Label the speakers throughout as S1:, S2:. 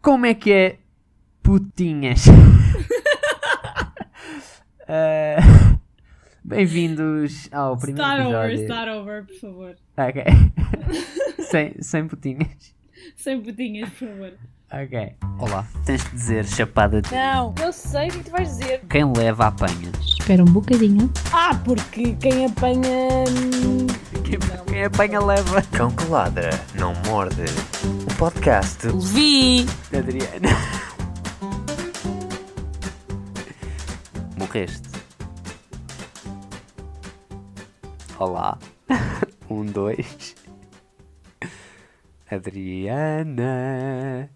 S1: Como é que é putinhas? Eh, Bem-vindos ao primeiro
S2: Start over,
S1: episódio.
S2: start over, por favor.
S1: Ok. sem, sem putinhas.
S2: Sem putinhas, por favor.
S1: Ok. Olá. Tens de dizer chapada de
S2: Não, eu sei o que tu vais dizer.
S1: quem leva apanhas.
S3: Espera um bocadinho.
S2: Ah, porque quem apanha. hum,
S1: Quem, quem apanha é leva.
S4: Cão que ladra, não morde. O podcast
S5: Levi!
S1: Adriana. Morreste. Olá. Um, dois. Adriana.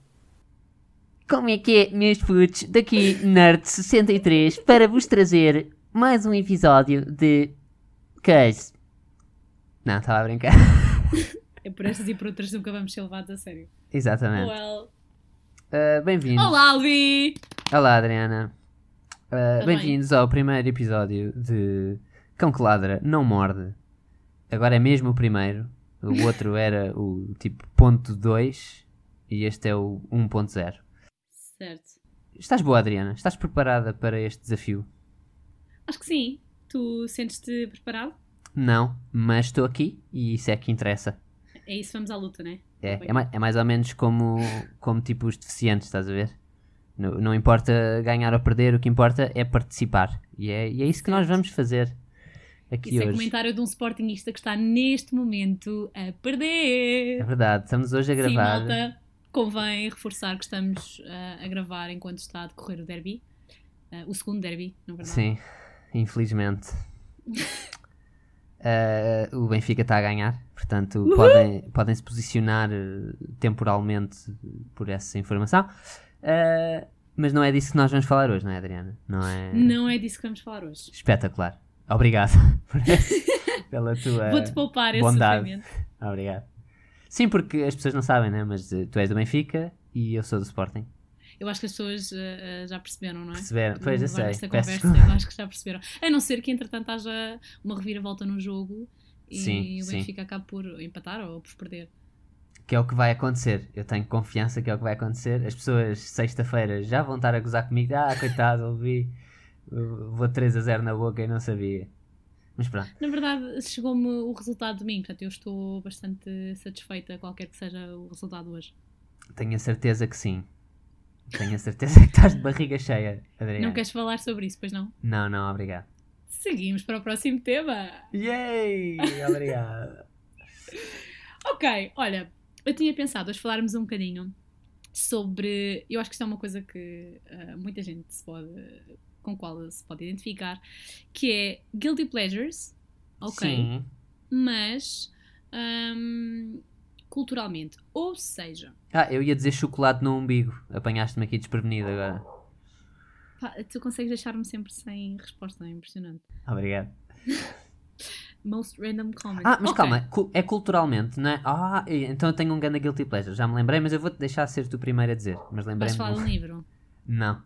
S1: Como é que é, meus putos? Daqui Nerd63 para vos trazer mais um episódio de. Case. Não, estava a brincar.
S2: É por estas e por outras nunca vamos ser levados a sério.
S1: Exatamente.
S2: Well.
S1: Ah, Bem-vindos.
S2: Olá, Levi!
S1: Olá, Adriana. Uh,
S2: Tá
S1: Bem-vindos ao primeiro episódio de Cão que Ladra Não Morde. Agora é mesmo o primeiro. O outro era o tipo ponto 2 e este é o 1.0.
S2: Certo.
S1: Estás boa, Adriana? Estás preparada para este desafio?
S2: Acho que sim. Tu sentes-te preparado?
S1: Não, mas estou aqui e isso é que interessa.
S2: É isso, vamos à luta, né?
S1: É,
S2: Bem.
S1: é, mais, é mais ou menos como, como tipo os deficientes, estás a ver? Não, não importa ganhar ou perder, o que importa é participar. E é, e é isso que nós vamos fazer aqui
S2: Isso é
S1: hoje.
S2: comentário de um sportinguista que está neste momento a
S1: É
S2: perder.
S1: verdade, estamos hoje a
S2: Sim,
S1: gravar.
S2: malta, é convém reforçar que estamos ah, a gravar enquanto está a decorrer o derby. Ah, o segundo derby, não é verdade?
S1: Sim, infelizmente. Eh, o Benfica está a ganhar, portanto podem, podem se posicionar eh, temporalmente por essa informação. Eh, mas não é disso que nós vamos falar hoje, não é, Adriana? Não é
S2: Não é disso que vamos falar hoje.
S1: espetacular. Obrigado por esse- pela tua.
S2: Vou-te poupar esse
S1: É bondade.
S2: sofrimento.
S1: Obrigado. Sim, porque as pessoas não sabem, né? Mas eh, tu és do Benfica e eu sou do Sporting.
S2: Eu acho que as pessoas eh, eh, já perceberam, não é?
S1: Perceberam?
S2: Do-
S1: Pois eu
S2: do-
S1: sei.
S2: desta
S1: Peço
S2: conversa, eu acho que já perceberam. A não ser que, entretanto, haja uma reviravolta no jogo e
S1: Sim,
S2: o
S1: sim.
S2: Benfica acaba por empatar ou por perder.
S1: que é o que vai acontecer. Eu tenho confiança que é o que vai acontecer. As pessoas, sexta-feira, já vão estar a gozar comigo. Ah, coitado, ouvi. Vou 3 a 0 na boca e não sabia. Mas pronto,
S2: Na verdade, chegou-me o resultado de mim, portanto, eu estou bastante satisfeita, qualquer que seja o resultado hoje.
S1: tenho a certeza que sim. Tenho a certeza que estás de barriga cheia, Adriana.
S2: Não queres falar sobre isso, pois não?
S1: não, não, obrigado.
S2: Seguimos para o próximo tema.
S1: Yay! Obrigado.
S2: Ok, olha, eu tinha pensado hoje falarmos um bocadinho sobre. Eu acho que isto é uma coisa que ah, muita gente se pode. com qual se pode identificar, que é Guilty Pleasures, ok,
S1: Sim.
S2: mas ahm, culturalmente. Ou seja,
S1: Ah, eu ia dizer chocolate no umbigo. Apanhaste-me aqui desprevenido agora.
S2: pá, tu consegues deixar-me sempre sem resposta, é impressionante.
S1: Obrigado.
S2: Most random comment.
S1: Ah, mas
S2: Ok,
S1: calma, cu- é culturalmente, não é? Ah, e- então eu tenho um grande guilty pleasure, já me lembrei, mas eu vou-te deixar ser tu primeiro a dizer. Mas
S2: Vais
S1: lembrei-me.
S2: falar de um livro?
S1: Não,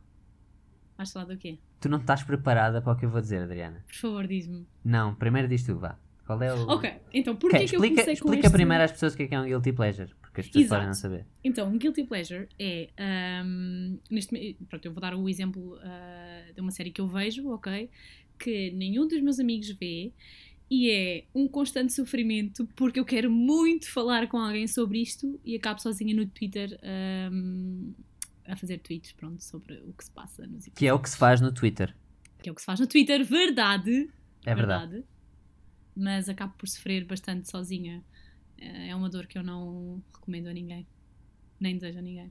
S2: Vais falar do quê?
S1: tu não estás preparada para o que eu vou dizer, Adriana.
S2: Por favor, diz-me.
S1: Não, primeiro diz tu, vá. Qual é o.
S2: Ok, então
S1: Ok,
S2: porquê que eu
S1: explica
S2: comecei com
S1: explica
S2: este...
S1: primeiro às pessoas o que é que é um guilty pleasure, porque as pessoas
S2: Exato.
S1: podem não saber.
S2: Então, um guilty pleasure é. ahm, neste, me- pronto, eu vou dar o exemplo ah, de uma série que eu vejo, ok? Que nenhum dos meus amigos vê e é um constante sofrimento porque eu quero muito falar com alguém sobre isto e acabo sozinha no Twitter ahm, a fazer tweets, pronto, sobre o que se passa nos
S1: Que é o que se faz no Twitter.
S2: que é o que se faz no Twitter, verdade!
S1: É verdade.
S2: Mas acabo por sofrer bastante sozinha. Eh, É uma dor que eu não recomendo a ninguém, nem desejo a ninguém.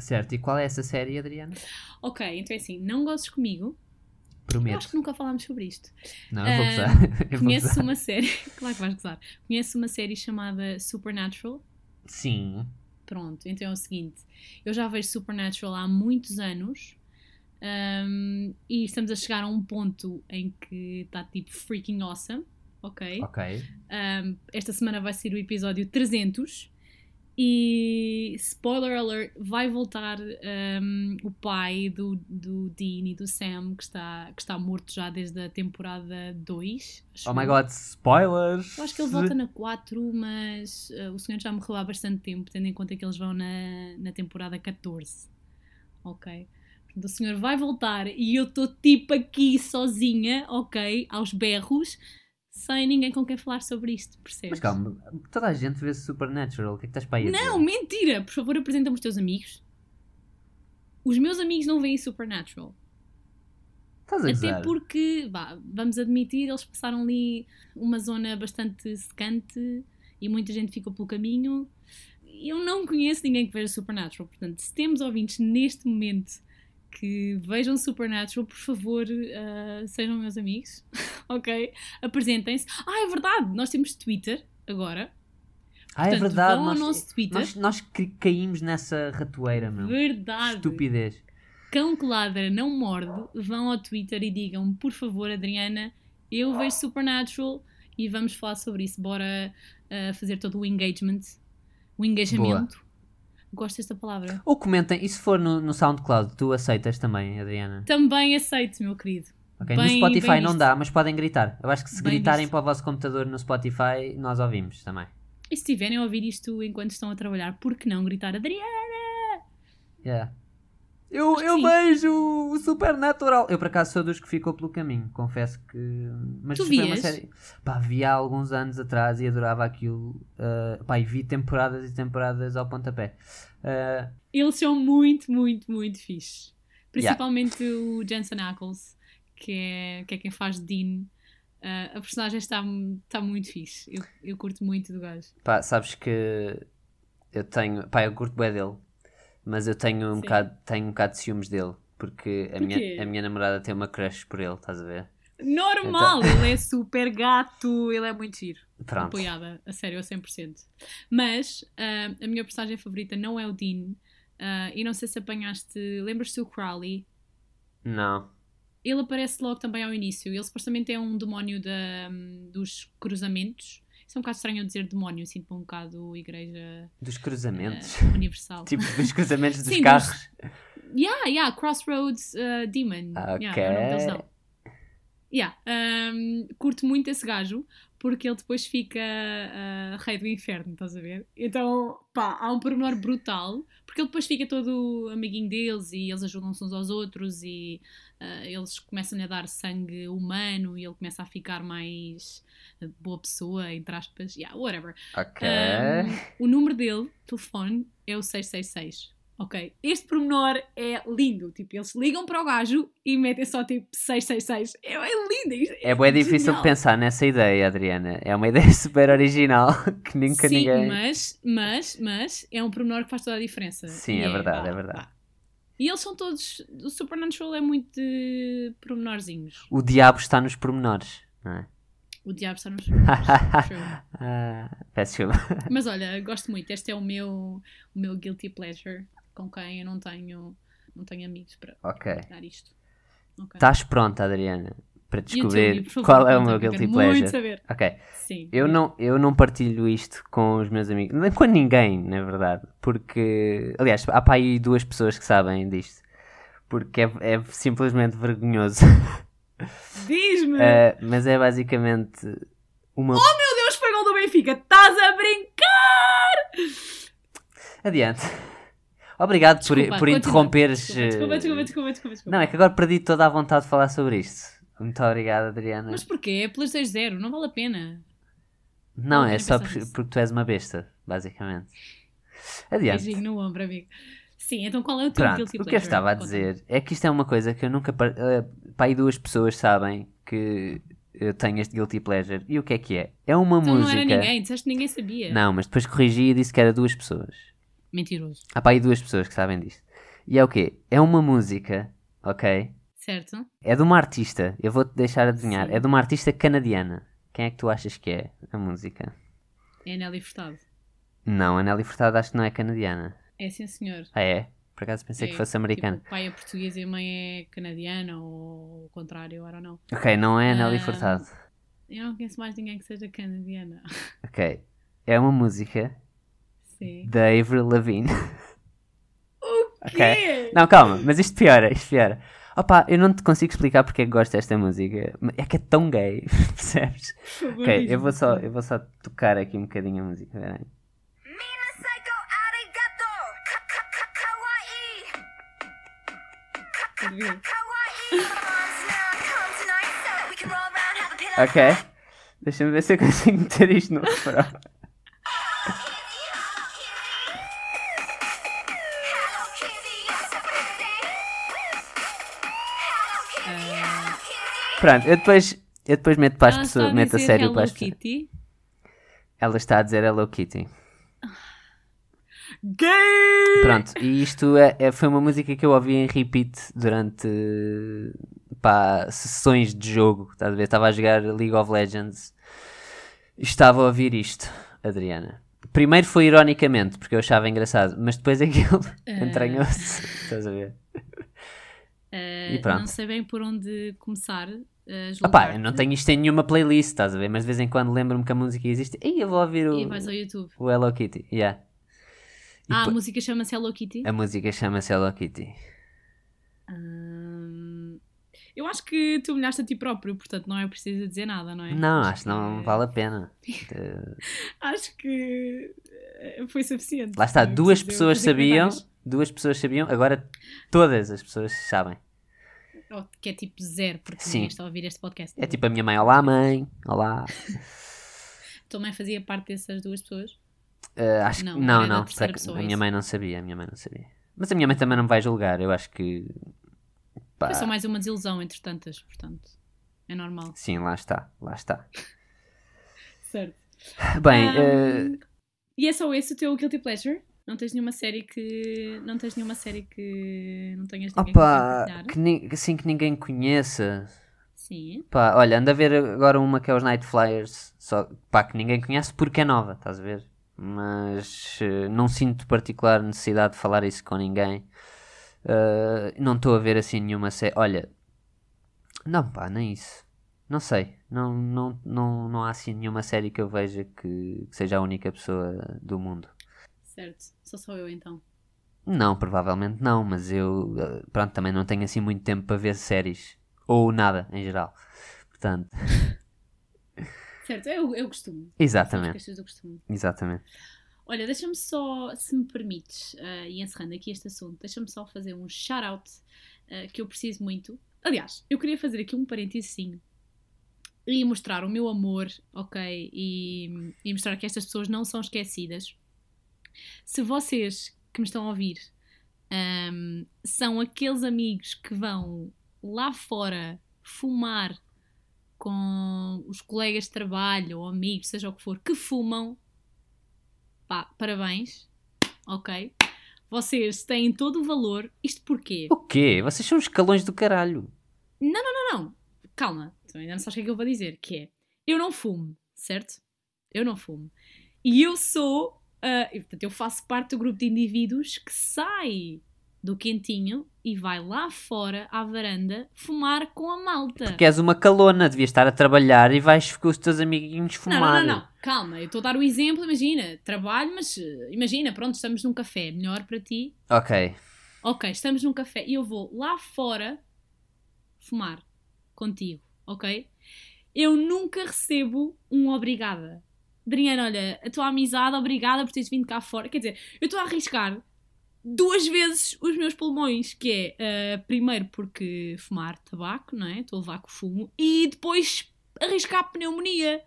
S1: Certo, e qual é essa série, Adriana?
S2: Ok, então é assim, não gozes comigo. Eu acho
S1: Prometo.
S2: que nunca falámos sobre isto.
S1: Não, eu vou
S2: Ah,
S1: gozar. Eu vou
S2: Conheço
S1: gozar.
S2: uma série, claro que vais gozar. Conheço uma série chamada Supernatural.
S1: Sim.
S2: Pronto, então é o seguinte, eu já vejo Supernatural há muitos anos. ahm, e estamos a chegar a um ponto em que está tipo freaking awesome, ok?
S1: Ok.
S2: Um, esta semana vai ser o episódio 300 E spoiler alert, vai voltar um, o pai do, do Dean e do Sam, que está, que está morto já desde a temporada 2.
S1: Oh my god, spoilers!
S2: Eu acho que ele volta na 4, mas uh, o senhor já morreu há bastante tempo, tendo em conta que eles vão na, na temporada 14. Ok? Portanto, o senhor vai voltar e eu estou tipo aqui sozinha, ok? Aos berros, sem ninguém com quem falar sobre isto, percebes?
S1: Mas calma, toda a gente vê Supernatural, o que é que estás para aí? a dizer?
S2: Não, mentira! Por favor, apresenta-me os teus amigos. Os meus amigos não veem Supernatural.
S1: Estás a
S2: Até
S1: gozar.
S2: porque, vá, vamos admitir, eles passaram ali uma zona bastante secante e muita gente ficou pelo caminho. Eu não conheço ninguém que veja Supernatural, portanto, se temos ouvintes neste momento que vejam Supernatural, por favor, ah, sejam meus amigos, ok? Apresentem-se. Ah, é verdade, nós temos Twitter agora.
S1: Ah, é
S2: Portanto,
S1: verdade,
S2: vão ao
S1: nós,
S2: nosso Twitter.
S1: nós, nós cri- caímos nessa ratoeira, meu.
S2: Verdade.
S1: Estupidez.
S2: Cão que ladra não morde, vão ao Twitter e digam, por favor, Adriana, eu vejo Supernatural e vamos falar sobre isso. Bora ah, fazer todo o engagement. O engajamento. Gosto desta palavra.
S1: Ou comentem, e se for no, no SoundCloud, tu aceitas também, Adriana?
S2: Também aceito, meu querido.
S1: Ok, no
S2: Bem-
S1: Spotify
S2: bem
S1: não
S2: visto.
S1: dá, mas podem gritar. Eu acho que se
S2: Bem
S1: gritarem
S2: visto.
S1: para o vosso computador no Spotify, nós ouvimos também.
S2: E se estiverem a ouvir isto enquanto estão a trabalhar, por que não gritar Adriana?
S1: Yeah. Eu,
S2: Acho que
S1: eu
S2: sim.
S1: vejo o Supernatural. Eu por acaso sou dos que ficou pelo caminho, confesso que. Mas
S2: Tu
S1: foi uma
S2: vias?
S1: série. Pá, vi há alguns anos atrás e adorava aquilo. Ah, pá, e vi temporadas e temporadas ao pontapé. Ah,
S2: Eles são muito, muito, muito fixe.
S1: Yeah.
S2: Principalmente o Jensen Ackles, que é, que é quem faz Dean. Ah, a personagem está, está muito fixe. Eu, eu curto muito do gajo.
S1: pá, sabes que eu tenho. Pá, eu curto bem dele, mas eu tenho um,
S2: Sim.
S1: bocado, tenho um bocado de ciúmes dele. Porque a
S2: Porquê?
S1: minha, a minha namorada tem uma crush por ele, estás a ver?
S2: Normal, ele é super gato, ele é muito giro.
S1: Então. Pronto.
S2: Apoiada, a sério, a 100%. Mas ah, a minha personagem favorita não é o Dean. Ah, e não sei se apanhaste, lembras-te do Crowley?
S1: Não.
S2: Ele aparece logo também ao início. Ele supostamente é um demónio da, hum, dos cruzamentos. Isso é um bocado estranho eu dizer demónio, sinto-me um bocado igreja
S1: Dos cruzamentos.
S2: ah, universal.
S1: Tipo, dos cruzamentos dos
S2: Sim, dos-
S1: carros.
S2: Yeah, yeah, Crossroads uh, Demon. Yeah, é o nome deles, não. Yeah, um, curto muito esse gajo porque ele depois fica uh, rei do inferno, estás a ver? Então, pá, há um pormenor brutal porque ele depois fica todo amiguinho deles e eles ajudam-se uns aos outros e uh, eles começam a dar sangue humano e ele começa a ficar mais uh, boa pessoa, entre aspas. Yeah, whatever.
S1: Ok.
S2: Um, o número dele, telefone, é o 666. Ok. Este pormenor é lindo. Tipo, eles ligam para o gajo e metem só tipo 666. É, é lindo. isto
S1: É bem difícil de
S2: genial.
S1: pensar nessa ideia, Adriana. É uma ideia super original que nunca
S2: Sim,
S1: ninguém.
S2: mas, mas, mas é um pormenor que faz toda a diferença.
S1: Sim,
S2: E
S1: é verdade, é verdade.
S2: E eles são todos. O Supernatural é muito de pormenorzinhos.
S1: O diabo está nos pormenores, não é?
S2: O diabo está nos pormenores. True.
S1: Ah, peço desculpa.
S2: Mas olha, gosto muito. Este é o meu, o meu guilty pleasure com quem eu não tenho, não tenho amigos para
S1: Ok.
S2: dar isto. Ok.
S1: Estás pronta, Adriana, para
S2: YouTube,
S1: descobrir
S2: por favor,
S1: qual é o
S2: conta,
S1: meu
S2: eu quero
S1: guilty
S2: Muito
S1: pleasure?
S2: saber.
S1: Ok.
S2: Sim.
S1: Eu não, eu não partilho isto com os meus amigos, nem com ninguém, na verdade, porque, aliás, há para aí duas pessoas que sabem disto, porque é, é simplesmente vergonhoso.
S2: Hum. Diz-me!
S1: Ah, mas é basicamente uma.
S2: Meu Deus, foi gol do Benfica! Estás a brincar!
S1: Adiante. Obrigado por, por
S2: Desculpa, continua.
S1: interromperes.
S2: Desculpa,
S1: eh,
S2: desculpa, desculpa, desculpa, desculpa, desculpa.
S1: Não, é que agora perdi toda a vontade de falar sobre isto. Muito obrigado, Adriana.
S2: Mas porquê? É pelas 2-0, não vale a pena.
S1: não,
S2: não
S1: é
S2: tinha
S1: só
S2: pensado
S1: por-
S2: nisso.
S1: porque tu és uma besta, basicamente. Adiante.
S2: Beijinho no ombro, amigo. Sim, então qual é o teu
S1: Pronto,
S2: guilty
S1: o
S2: pleasure?
S1: que eu estava a
S2: Conta.
S1: dizer é que isto é uma coisa que eu nunca. par- eh, Pá, aí duas pessoas sabem que eu tenho este guilty pleasure. E o que é que é? É uma
S2: Então
S1: música.
S2: não era ninguém, disseste que ninguém sabia.
S1: Não, mas depois corrigi e disse que era duas pessoas.
S2: Mentiroso.
S1: Há para aí duas pessoas que sabem disto. E é o quê? É uma música, ok?
S2: Certo?
S1: É de uma artista, eu vou-te deixar adivinhar.
S2: Sim.
S1: É de uma artista canadiana. Quem é que tu achas que é a música?
S2: É a Nelly Furtado.
S1: Não, a Nelly Furtado acho que não é canadiana.
S2: É sim, senhor.
S1: Ah, é? Por acaso pensei
S2: É,
S1: que fosse americana.
S2: Tipo, o pai é português e a mãe é canadiana ou o contrário, I don't know.
S1: Ok, não é a Nelly
S2: Ah.
S1: Furtado.
S2: Eu não conheço mais ninguém que seja canadiana.
S1: Ok. É uma música
S2: Sim.
S1: da Avril Lavigne.
S2: O
S1: Ok.
S2: quê?
S1: Não, calma, mas isto piora, isto piora. Opa, eu não te consigo explicar porque é que gosto desta música. É que é tão gay, percebes?
S2: Por favor,
S1: Ok,
S2: diz-me.
S1: eu vou, só, eu vou só tocar aqui um bocadinho a música, peraí. Ok, deixa-me ver se eu consigo meter isto no refrão. Pronto, eu depois, eu depois meto para as
S2: Ela
S1: pessoas,
S2: está
S1: meto a
S2: Ah, dizer é
S1: sério
S2: Hello
S1: para as pessoas.
S2: Kitty.
S1: Ela está a dizer Hello Kitty.
S2: Gay!
S1: Pronto, e isto é, é- foi uma música que eu ouvi em repeat durante pá, sessões de jogo. Estás a ver? Estava a jogar League of Legends e estava a ouvir isto, Adriana. Primeiro foi ironicamente, porque eu achava engraçado, mas depois aquilo
S2: É.
S1: entranhou-se. Estás a ver?
S2: Eh,
S1: E pronto.
S2: Não sei bem por onde começar. eh,
S1: Opá,
S2: julgar-te.
S1: eu não tenho isto em nenhuma playlist, estás a ver? Mas de vez em quando lembro-me que a música existe. E eu vou ouvir o,
S2: E vais ao YouTube.
S1: o Hello Kitty. Yeah. E
S2: Ah, a
S1: depois- É
S2: música chama-se Hello Kitty.
S1: a música chama-se Hello Kitty.
S2: Hum, eu acho que tu humilhaste a ti próprio, portanto não é preciso dizer nada, não é?
S1: Não, acho que não
S2: que-
S1: vale a pena.
S2: Acho que eh, foi suficiente.
S1: Lá está,
S2: Não é
S1: duas
S2: preciso eu
S1: pessoas
S2: fazer
S1: sabiam,
S2: comentários.
S1: duas pessoas sabiam, agora todas as pessoas sabem.
S2: Oh, que é tipo zero, porque
S1: Sim.
S2: ninguém está a ouvir este podcast.
S1: É tipo a minha mãe, olá mãe, olá.
S2: Tua mãe fazia parte dessas duas pessoas?
S1: Eh, acho
S2: Não,
S1: que não,
S2: era da
S1: não,
S2: terceira
S1: será que-
S2: pessoa,
S1: a minha
S2: isso.
S1: mãe não sabia, a minha mãe não sabia. Mas a minha mãe também não me vai julgar, eu acho que pá,
S2: Foi só mais uma desilusão entre tantas, portanto. É normal.
S1: sim, lá está, lá está.
S2: Certo.
S1: Bem,
S2: Ahm,
S1: eh,
S2: E é só esse o teu Guilty Pleasure? Não tens nenhuma série que. Não tens nenhuma série que. Não tenhas ninguém
S1: opa,
S2: que
S1: que ni- assim que ninguém conheça,
S2: Sim.
S1: Pá, olha, anda a ver agora uma que é os Night Flyers, só pá, que ninguém conhece porque é nova, estás a ver? Mas eh, não sinto particular necessidade de falar isso com ninguém. Eh, não estou a ver assim nenhuma série. Olha, não, pá, nem isso. Não sei. Não, não, não, não há assim nenhuma série que eu veja que, que seja a única pessoa do mundo.
S2: Certo. Sou só eu então.
S1: Não, provavelmente não, mas eu, eh, pronto, também não tenho assim muito tempo para ver séries. Ou nada, em geral. Portanto,
S2: Certo, é o, é o costume. São as
S1: exatamente,
S2: questões do costume.
S1: exatamente.
S2: Olha, deixa-me só, se me permites, eh, e encerrando aqui este assunto, deixa-me só fazer um shout-out eh, que eu preciso muito. Aliás, eu queria fazer aqui um parentesinho e mostrar o meu amor, ok? E, e mostrar que estas pessoas não são esquecidas. Se vocês que me estão a ouvir ahm, são aqueles amigos que vão lá fora fumar com os colegas de trabalho ou amigos, seja o que for, que fumam, pá, parabéns, ok? Vocês têm todo o valor. Isto porquê?
S1: Tipo O quê? Vocês são os calões do caralho.
S2: Não, não, calma, tu ainda não sabes o que é que eu vou dizer, que é, eu não fumo, certo? Eu não fumo. E eu sou, ah, e, portanto, eu faço parte do grupo de indivíduos que sai do quentinho e vai lá fora, à varanda, fumar com a malta.
S1: Porque é és uma calona, devias estar a trabalhar e vais com os teus amiguinhos
S2: Não,
S1: fumar.
S2: não, não, não, calma, eu estou a dar o exemplo, imagina, trabalho, mas eh, imagina, pronto, estamos num café, melhor para ti,
S1: Ok.
S2: ok, estamos num café e eu vou lá fora fumar contigo, ok? Eu nunca recebo um obrigada. Adriana, olha, a tua amizade, obrigada por teres vindo cá fora. Quer dizer, eu estou a arriscar duas vezes os meus pulmões, que é, ah, primeiro porque fumar tabaco, não é? Estou a levar com fumo. E depois arriscar pneumonia.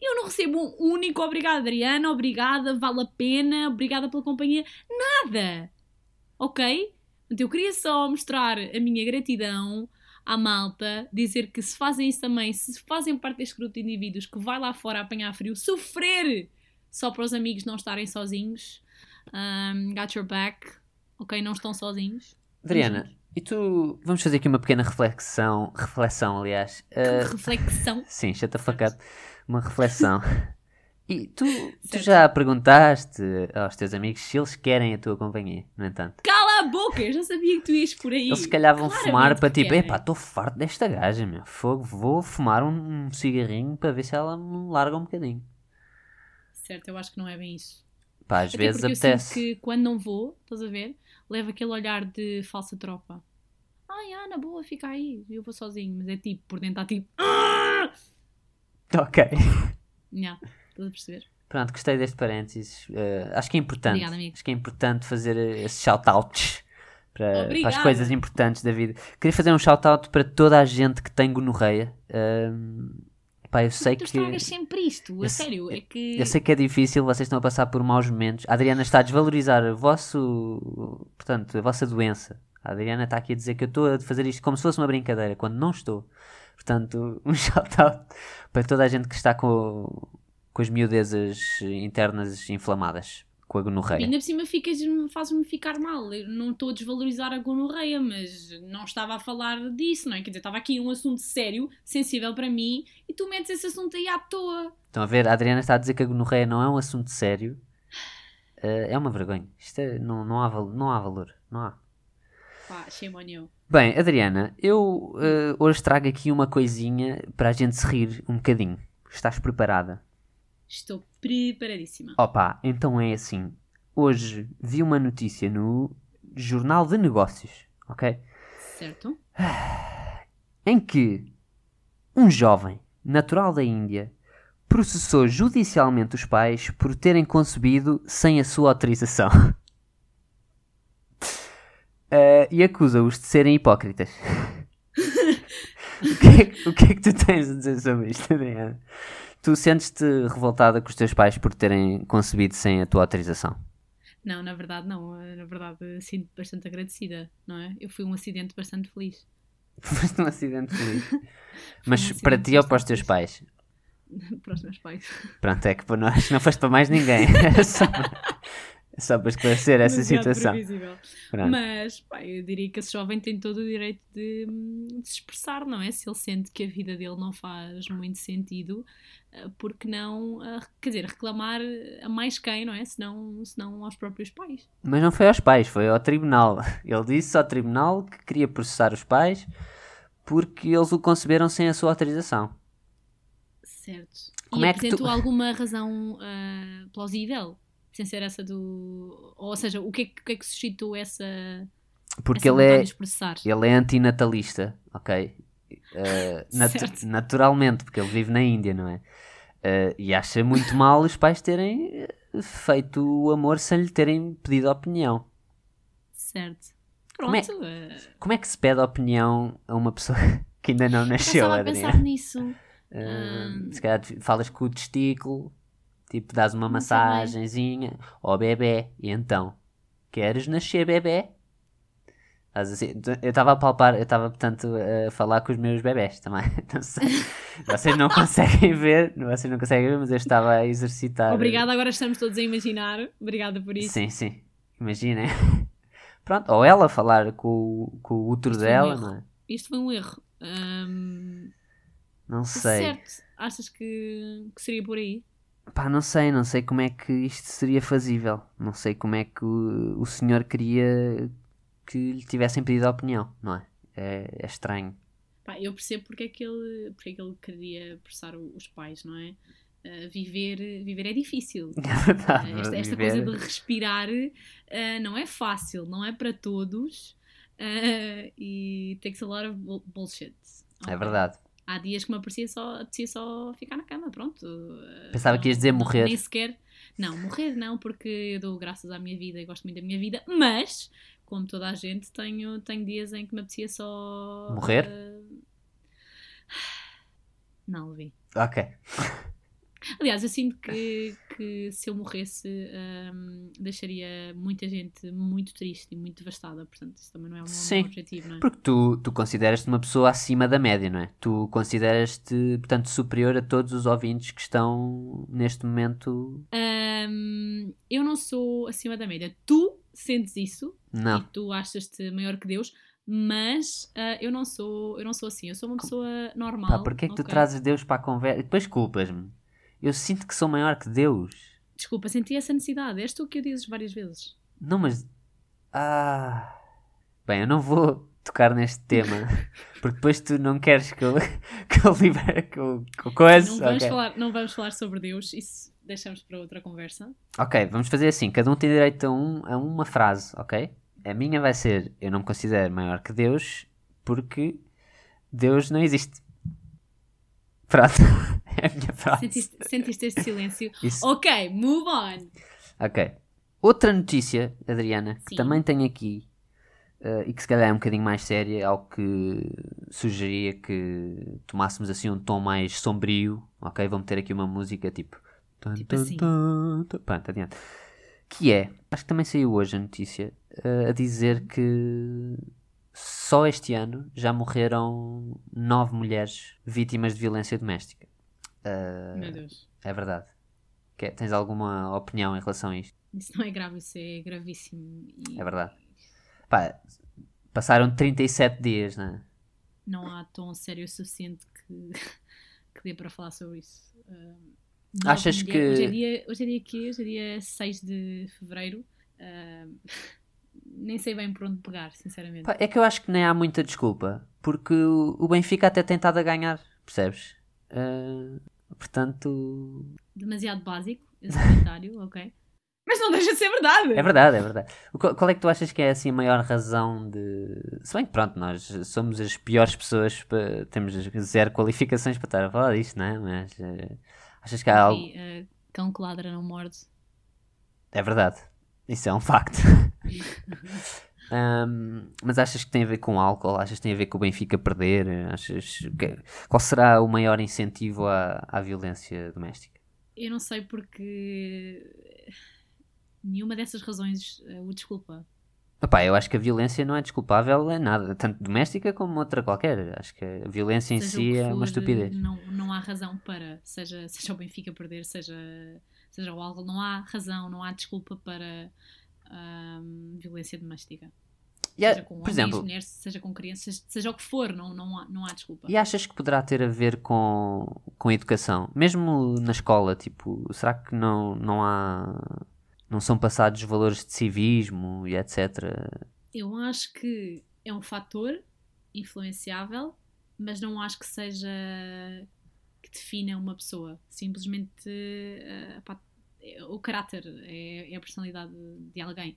S2: Eu não recebo um único obrigada, Adriana, obrigada, vale a pena, obrigada pela companhia. Nada! ok? Portanto, eu queria só mostrar a minha gratidão à malta, dizer que se fazem isso também, se fazem parte deste grupo de indivíduos que vai lá fora apanhar frio, sofrer só para os amigos não estarem sozinhos, um, got your back, ok? Não estão sozinhos.
S1: Adriana, e tu. Vamos fazer aqui uma pequena reflexão. Reflexão, aliás. Ah,
S2: Que reflexão.
S1: sim, chata facado. Uma reflexão. E tu, tu
S2: Certo.
S1: já perguntaste aos teus amigos se eles querem a tua companhia, no entanto.
S2: Cala a boca, eu já sabia que tu ias por aí.
S1: Eles se calhar vão
S2: claramente
S1: fumar para
S2: que é, né?
S1: tipo,
S2: querem.
S1: epá, estou farto desta gaja, meu. Fogo, vou fumar um, um cigarrinho para ver se ela me larga um bocadinho.
S2: Certo, eu acho que não é bem isso.
S1: Pá, às
S2: Até
S1: vezes
S2: porque eu sinto
S1: apetece.
S2: que quando não vou, estás a ver, levo aquele olhar de falsa tropa. Ai, ah, na boa, fica aí, eu vou sozinho. Mas é tipo, por dentro está tipo... "Ah!"
S1: Ok.
S2: Nhá, estás a perceber?
S1: Pronto, gostei deste parênteses. Eh, acho que é importante.
S2: Obrigada, amigo.
S1: Acho que é importante fazer eh, esses shout-outs para, para as
S2: Obrigada.
S1: coisas importantes da vida. Queria fazer um shout-out para toda a gente que tem gonorreia. Ahm, pá, eu sei
S2: tu
S1: que.
S2: estragas sempre isto, a
S1: eu se-
S2: sério, é que...
S1: Eu sei que é difícil, vocês estão a passar por maus momentos. A Adriana está a desvalorizar o vosso, portanto, a vossa doença. A Adriana está aqui a dizer que eu estou a fazer isto como se fosse uma brincadeira, quando não estou. Portanto, um shout-out para toda a gente que está com, com as miudezas internas inflamadas, com a
S2: E
S1: gonorreia.
S2: Ainda por cima ficas, fazes-me ficar mal. Eu não estou a desvalorizar a gonorreia, mas não estava a falar disso, não é? Quer dizer, estava aqui um assunto sério, sensível para mim, e tu metes esse assunto aí à toa.
S1: Estão a ver? A Adriana está a dizer que a gonorreia não é um assunto sério. Eh, é uma vergonha. Isto é- não, não, há, val- não há valor. Não há.
S2: Pá, shame on you.
S1: Bem, Adriana, eu eh, hoje trago aqui uma coisinha para a gente se rir um bocadinho. Estás preparada?
S2: Estou preparadíssima.
S1: Opa, então é assim. Hoje vi uma notícia no Jornal de Negócios, ok?
S2: Certo?
S1: Em que um jovem, natural da Índia, processou judicialmente os pais por terem concebido sem a sua autorização. Eh, e acusa-os de serem hipócritas. o, que é, que- o que é que tu tens a dizer sobre isto, Adriana? Tu sentes-te revoltada com os teus pais por terem concebido sem a tua autorização?
S2: Não, na verdade, não. Na verdade, sinto bastante agradecida, não é? Eu fui um acidente bastante feliz.
S1: Foste um acidente feliz. Mas
S2: um acidente
S1: para ti ou para os
S2: bastante
S1: teus
S2: feliz.
S1: pais?
S2: para os meus pais.
S1: Pronto, é que para nós não foste para mais ninguém. Era só, para- é só para esclarecer essa
S2: Demasiado
S1: situação. Ah.
S2: previsível.
S1: Pronto.
S2: Mas, pá, eu diria que esse jovem tem todo o direito de, hum, de se expressar, não é? Se ele sente que a vida dele não faz muito sentido, ah, porque não, ah, quer dizer, reclamar a mais quem, não é? Senão, senão aos próprios pais.
S1: Mas não foi aos pais, foi ao tribunal. Ele disse ao tribunal que queria processar os pais porque eles o conceberam sem a sua autorização.
S2: Certo.
S1: Como
S2: e
S1: é que tu-
S2: apresentou alguma razão ah, plausível, sem ser essa do... Ou seja, o que é que, o que, é que suscitou essa,
S1: Porque
S2: essa
S1: ele
S2: vontade
S1: é,
S2: de expressar?
S1: ele é antinatalista, ok? Eh, natu-
S2: Certo.
S1: naturalmente, porque ele vive na Índia, não é? Eh, e acha muito mal os pais terem eh, feito o amor sem lhe terem pedido opinião.
S2: Certo.
S1: Como é-
S2: Pronto. ah,
S1: Como é que se pede opinião a uma pessoa que ainda não
S2: já
S1: nasceu,
S2: estava a
S1: Adriana?
S2: pensar nisso.
S1: Hum,
S2: Hum.
S1: se calhar te- falas com o testículo, tipo, dás uma
S2: Não sei bem.
S1: massagenzinha ao bebê. E então, queres nascer bebê? Estás assim, tu- eu estava a palpar, eu estava, portanto, a falar com os meus bebés também. Não sei. Vocês não conseguem ver, vocês não conseguem ver, mas eu estava a exercitar.
S2: Obrigada, agora estamos todos a imaginar. Obrigada por isso.
S1: Ah, Sim, sim. Imaginem. Pronto, ou ela falar com, o- com o útero
S2: Isto é um
S1: dela,
S2: erro.
S1: não é?
S2: Isto foi um erro. Ahm,
S1: Não sei.
S2: Certo. Achas que, que seria por aí?
S1: Pá, não sei, não sei como é que isto seria fazível. Não sei como é que o, o senhor queria que lhe tivessem pedido a opinião, não é? É, é estranho.
S2: Pá, eu percebo porque é que ele, porque é que ele queria pressar o- os pais, não é? Ah, viver, viver é difícil.
S1: É verdade.
S2: Ah, esta, esta
S1: viver- é
S2: coisa de respirar ah, não é fácil, não é para todos. Ah, e takes a lot of bu- bullshit.
S1: É verdade.
S2: Há dias que me aprecia só, aprecia só ficar na cama, pronto. Uh,
S1: Pensava que ias dizer morrer.
S2: Nem sequer. Não, morrer não, porque eu dou graças à minha vida e gosto muito da minha vida, mas, como toda a gente, tenho, tenho dias em que me aprecia só.
S1: Morrer?
S2: uh, Não, vi.
S1: Ok.
S2: Aliás, eu sinto que, que se eu morresse, um, deixaria muita gente muito triste e muito devastada, portanto, isso também não é um
S1: Sim.
S2: bom objetivo, não é?
S1: Porque tu, tu consideras-te uma pessoa acima da média, não é? Tu consideras-te, portanto, superior a todos os ouvintes que estão neste momento.
S2: Ahm, eu não sou acima da média. Tu sentes isso e
S1: Não.
S2: tu achas-te maior que Deus, mas ah, eu não sou, eu não sou assim. Eu sou uma pessoa normal.
S1: Pá, porquê é que tu
S2: ok?
S1: trazes Deus para a conversa? E depois culpas-me. Eu sinto que sou maior que Deus.
S2: Desculpa, senti essa necessidade. És tu que o dizes várias vezes.
S1: Não, mas. Ah. Bem, eu não vou tocar neste tema. Porque depois tu não queres que eu, que eu libere com, com
S2: não
S1: coisa.
S2: vamos
S1: ok.
S2: falar, não vamos falar sobre Deus. Isso deixamos para outra conversa.
S1: Ok, vamos fazer assim. Cada um tem direito a, um, a uma frase, ok? A minha vai ser: Eu não me considero maior que Deus porque Deus não existe. Pronto. É a minha frase.
S2: Sentiste, sentiste este silêncio?
S1: Isso.
S2: Ok, move on.
S1: Ok. Outra notícia, Adriana, que
S2: Sim.
S1: também tenho aqui eh, e que se calhar é um bocadinho mais séria, ao que sugeria que tomássemos assim um tom mais sombrio. Ok, vou meter aqui uma música tipo. tan,
S2: Tipo
S1: tan,
S2: assim.
S1: tan, tan. Pronto, adiante. Que é, acho que também saiu hoje a notícia, eh, a dizer que só este ano já morreram nove mulheres vítimas de violência doméstica. Eh,
S2: Meu Deus.
S1: é verdade. Que- é, tens alguma opinião em relação a isto?
S2: Isso não é grave, isso é gravíssimo. E
S1: É verdade. Pá, passaram 37 dias, né?
S2: Não há tom sério o suficiente que, que dê para falar sobre isso. Um,
S1: Achas
S2: nove
S1: que-
S2: mulheres- Hoje é dia, hoje é dia quê? Hoje é dia 6 de fevereiro. Um, nem sei bem por onde pegar, sinceramente.
S1: Pá, é que eu acho que nem há muita desculpa, porque o o Benfica até tem estado a ganhar, percebes? Ah, portanto,
S2: Demasiado básico esse comentário, ok? Mas não deixa de ser verdade!
S1: é verdade, é verdade. O co- Qual é que tu achas que é assim a maior razão de. Se bem que pronto, nós somos as piores pessoas, pa- temos zero qualificações para estar a falar disto, não é? Mas ah, achas que há algo.
S2: Sim, uh, cão que ladra não morde.
S1: É verdade. Isso é um facto. Ahm, mas achas que tem a ver com álcool? Achas que tem a ver com o Benfica perder? Achas que- Qual será o maior incentivo à, à violência doméstica?
S2: Eu não sei porque nenhuma dessas razões uh, o desculpa.
S1: Epá, eu acho que a violência não é desculpável em nada, tanto doméstica como outra qualquer. Acho que a violência em
S2: Seja o
S1: si
S2: que
S1: é uma
S2: for, hum,
S1: estupidez.
S2: Não, não há razão para, seja, seja o Benfica perder, seja, seja o álcool, não há razão, não há desculpa para ahm, violência doméstica.
S1: E a-
S2: seja com
S1: por
S2: homens,
S1: exemplo,
S2: mulheres, seja com crianças, seja, seja o que for, não, não, há, não há desculpa.
S1: E achas que poderá ter a ver com, com a educação? Mesmo na escola, tipo, será que não, não há. não são passados valores de civismo e etc?
S2: Eu acho que é um fator influenciável, mas não acho que seja que defina uma pessoa. Simplesmente eh, pá, é o caráter, é, é a personalidade de alguém.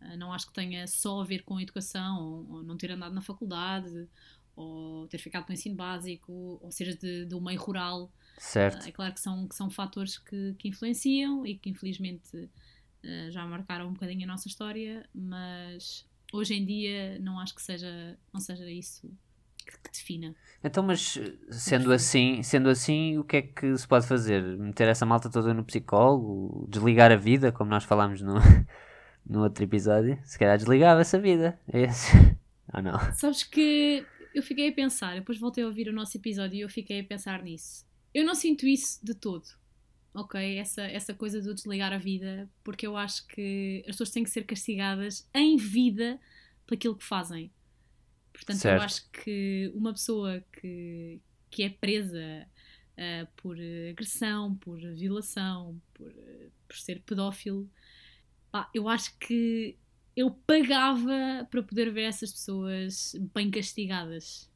S2: Eh, Não acho que tenha só a ver com a educação, ou, ou não ter andado na faculdade, ou ter ficado com o ensino básico, ou seja, de, do meio rural.
S1: Certo.
S2: É claro que são, que são fatores que, que influenciam e que infelizmente eh, já marcaram um bocadinho a nossa história, mas hoje em dia não acho que seja, não seja isso que, que defina.
S1: Então, mas eh, sendo assim, sendo assim, o que é que se pode fazer? Meter essa malta toda no psicólogo? Desligar a vida, como nós falámos no, no outro episódio? Se calhar desligava-se a vida. É esse. Ou não?
S2: Sabes que eu fiquei a pensar, depois voltei a ouvir o nosso episódio e eu fiquei a pensar nisso. Eu não sinto isso de todo, ok? Essa, essa coisa do desligar a vida, porque eu acho que as pessoas têm que ser castigadas em vida por aquilo que fazem. Portanto,
S1: Certo.
S2: eu acho que uma pessoa que, que é presa ah, por eh, agressão, por violação, por, eh, por ser pedófilo, pá, eu acho que eu pagava para poder ver essas pessoas bem castigadas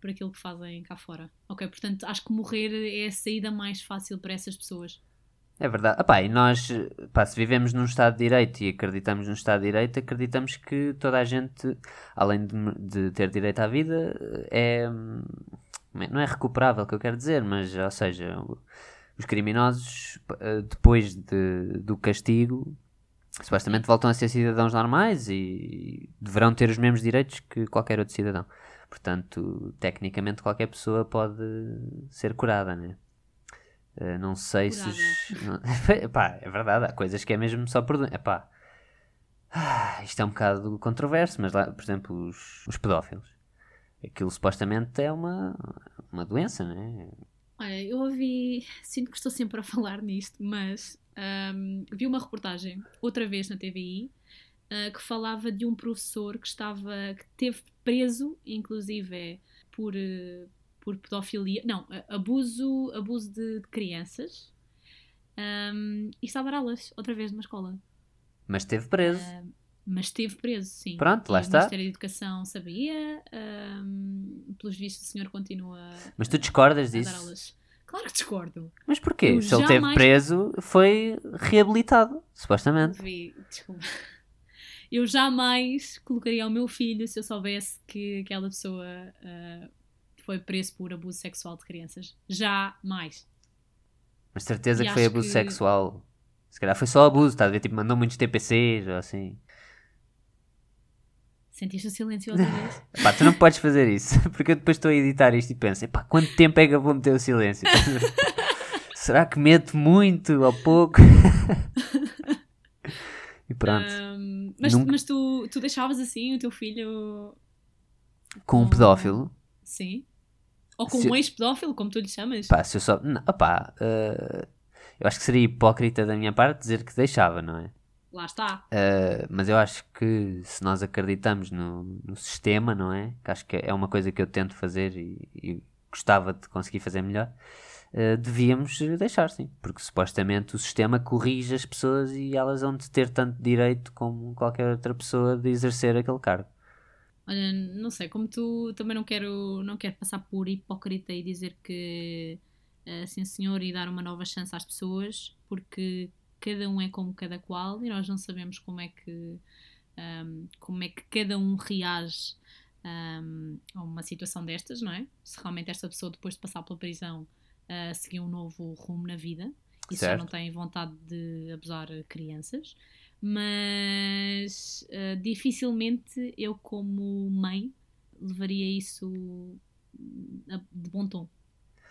S2: por aquilo que fazem cá fora. Ok, portanto, acho que morrer é a saída mais fácil para essas pessoas.
S1: É verdade. Ah, pá, e nós, eh, pá, se vivemos num Estado de Direito e acreditamos num Estado de Direito, acreditamos que toda a gente, além de, me- de ter direito à vida, eh, é. hum, Não é recuperável, que eu quero dizer, mas, ou seja, o- os criminosos, p- eh, depois de- do castigo, supostamente voltam a ser cidadãos normais e deverão ter os mesmos direitos que qualquer outro cidadão. Portanto, tecnicamente, qualquer pessoa pode ser curada, né? Eh, não sei se. os- não- Pá, é verdade, há coisas que é mesmo só por. Epá. Ah, isto é um bocado controverso, mas lá, por exemplo, os, os pedófilos. Aquilo supostamente é uma, uma doença, né?
S2: Olha, eu ouvi, sinto que estou sempre a falar nisto, mas hum, vi uma reportagem, outra vez na TVI, ah, que falava de um professor que estava, que teve preso, inclusive é, por, eh, por pedofilia, não, a- abuso, abuso de, de crianças, hum, e estava a dar aulas, outra vez numa escola.
S1: Mas esteve preso.
S2: Ah, mas esteve preso, sim.
S1: Pronto, lá
S2: E
S1: está.
S2: O Ministério da Educação sabia, ah, pelos vistos o senhor continua
S1: Mas tu discordas
S2: a dar
S1: disso?
S2: aulas. Claro que discordo.
S1: Mas porquê?
S2: Eu
S1: Se ele esteve
S2: jamais-
S1: preso, foi reabilitado, supostamente.
S2: Vi- Desculpa. Eu jamais colocaria ao meu filho se eu soubesse que aquela pessoa ah, foi preso por abuso sexual de crianças. Jamais.
S1: Mas certeza
S2: E
S1: que foi
S2: acho
S1: abuso
S2: que-
S1: sexual. Se calhar foi só abuso, estás a ver? Tipo, mandou muitos TPCs ou assim.
S2: Sentiste o silêncio outra vez?
S1: Pá, tu não podes fazer isso, porque eu depois estou a editar isto e penso, pá, quanto tempo é que eu vou meter o silêncio? Será que meto muito ou pouco? e pronto,
S2: Ah, Ahm, mas
S1: Nunca.
S2: mas tu, tu deixavas assim o teu filho.
S1: com um
S2: não.
S1: pedófilo,
S2: Sim? Ou com
S1: Se-
S2: um ex-pedófilo, como tu lhe chamas?
S1: pá, se eu só. Não, pá, eh, eu acho que seria hipócrita da minha parte dizer que deixava, não é?
S2: Lá está.
S1: Uh, mas eu acho que se nós acreditamos no, no sistema, não é? Que acho que é uma coisa que eu tento fazer e, e gostava de conseguir fazer melhor, uh, devíamos deixar, sim. Porque supostamente o sistema corrige as pessoas e elas vão de ter tanto direito como qualquer outra pessoa de exercer aquele cargo.
S2: Olha, não sei, como tu também não quero, não quero passar por hipócrita e dizer que ah, sim senhor e dar uma nova chance às pessoas, porque cada um é como cada qual e nós não sabemos como é que ahm, como é que cada um reage ahm, a uma situação destas, não é? Se realmente esta pessoa depois de passar pela prisão ah, seguiu um novo rumo na vida e só
S1: Certo.
S2: não tem vontade de abusar crianças, mas ah, dificilmente eu como mãe levaria isso hum, a- de bom tom.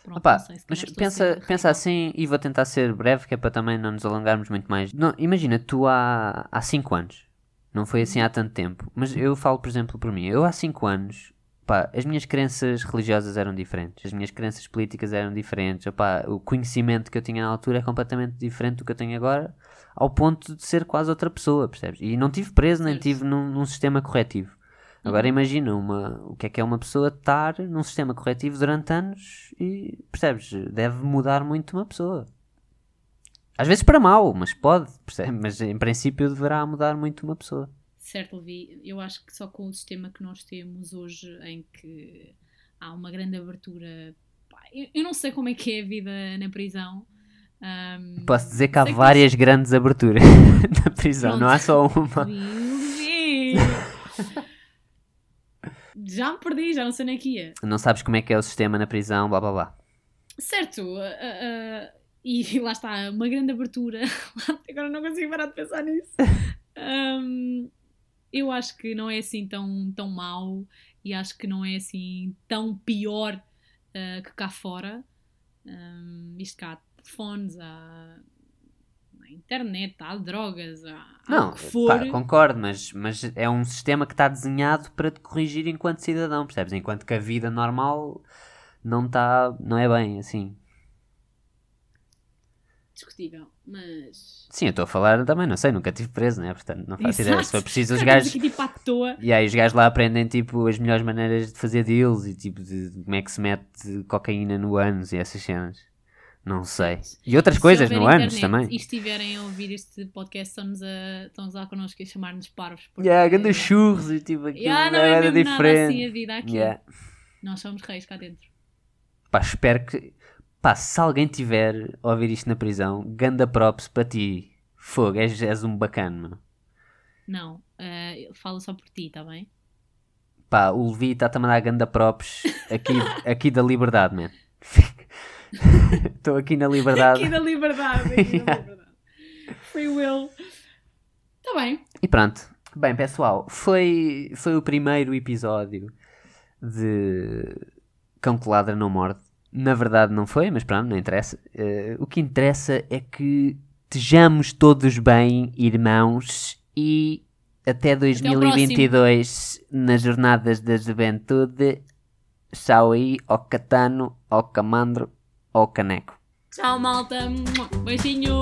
S2: Pronto,
S1: Opa,
S2: não sei, se
S1: mas
S2: calhar estou a
S1: pensa,
S2: ser
S1: pensa
S2: radical.
S1: assim e vou tentar ser breve, que é para também não nos alongarmos muito mais. Não, imagina, tu há 5 anos, não foi
S2: Uhum.
S1: assim há tanto tempo, mas eu falo, por exemplo, por mim. Eu há 5 anos, pá, as minhas crenças religiosas eram diferentes, as minhas crenças políticas eram diferentes, opá, o conhecimento que eu tinha na altura é completamente diferente do que eu tenho agora, ao ponto de ser quase outra pessoa, percebes? E não tive preso, nem
S2: Certo.
S1: tive num, num sistema corretivo. Agora imagina uma, o que é que é uma pessoa estar num sistema corretivo durante anos e, percebes, deve mudar muito uma pessoa. Às vezes para mal, mas pode, percebes? Mas em princípio deverá mudar muito uma pessoa.
S2: Certo, Levi, eu acho que só com o sistema que nós temos hoje, em que há uma grande abertura. Pá, eu, eu não sei como é que é a vida na prisão. Ahm,
S1: Posso dizer que há
S2: sei
S1: várias grandes aberturas na prisão, não há só uma.
S2: Levi! já me perdi, já não sei nem que ia.
S1: Não sabes como é que é o sistema na prisão, blá blá blá.
S2: Certo, ah, ah, ah, e lá está, uma grande abertura. Agora não consigo parar de pensar nisso. Ahm, eu acho que não é assim tão, tão mau e acho que não é assim tão pior ah, que cá fora. Ahm, isto cá, há telefones, há há internet, há drogas, há, há
S1: Não,
S2: Ah, o que for.
S1: pá, concordo, mas, mas é um sistema que está desenhado para te corrigir enquanto cidadão, percebes? Enquanto que a vida normal não está, não é bem assim.
S2: Discutível, mas.
S1: Sim, eu estou a falar também, não sei, nunca tive preso, né? Portanto, não faço ideia. Se
S2: Exato.
S1: for preciso, os
S2: Estamos
S1: gajos.
S2: aqui tipo à toa.
S1: E aí, os gajos lá aprendem tipo as melhores maneiras de fazer deals e tipo de de como é que se mete cocaína no ânus e essas cenas. Não sei. E outras
S2: Se
S1: coisas no
S2: houver
S1: ânus
S2: internet
S1: também.
S2: E estiverem a ouvir este podcast, estamos a, estamos lá connosco e a chamar-nos parvos.
S1: E yeah, grandes churros e tipo aquilo
S2: é Yeah, não
S1: era
S2: é mesmo nada assim
S1: diferente.
S2: a vida aqui.
S1: Yeah.
S2: Nós somos reis cá dentro.
S1: Pá, espero que. Pá, se alguém tiver a ouvir isto na prisão, ganda props para ti. Fogo, és, és um bacana, mano.
S2: Não, ah, eu falo só por ti, está bem?
S1: Pá, o Levi está-te a mandar ganda props aqui, aqui da liberdade, man. Estou aqui na liberdade.
S2: Aqui da liberdade, aqui da liberdade. Free will. Está bem.
S1: E pronto. Bem, pessoal, foi, foi o primeiro episódio de Cão que Ladra Não Morde. Na verdade não foi, mas pronto, não interessa. Eh, o que interessa é que estejamos todos bem, irmãos, e até 2022, nas Jornadas da Juventude, tchau aí ao Catano, ao Camandro, ao Caneco.
S2: Tchau, malta. Beijinho.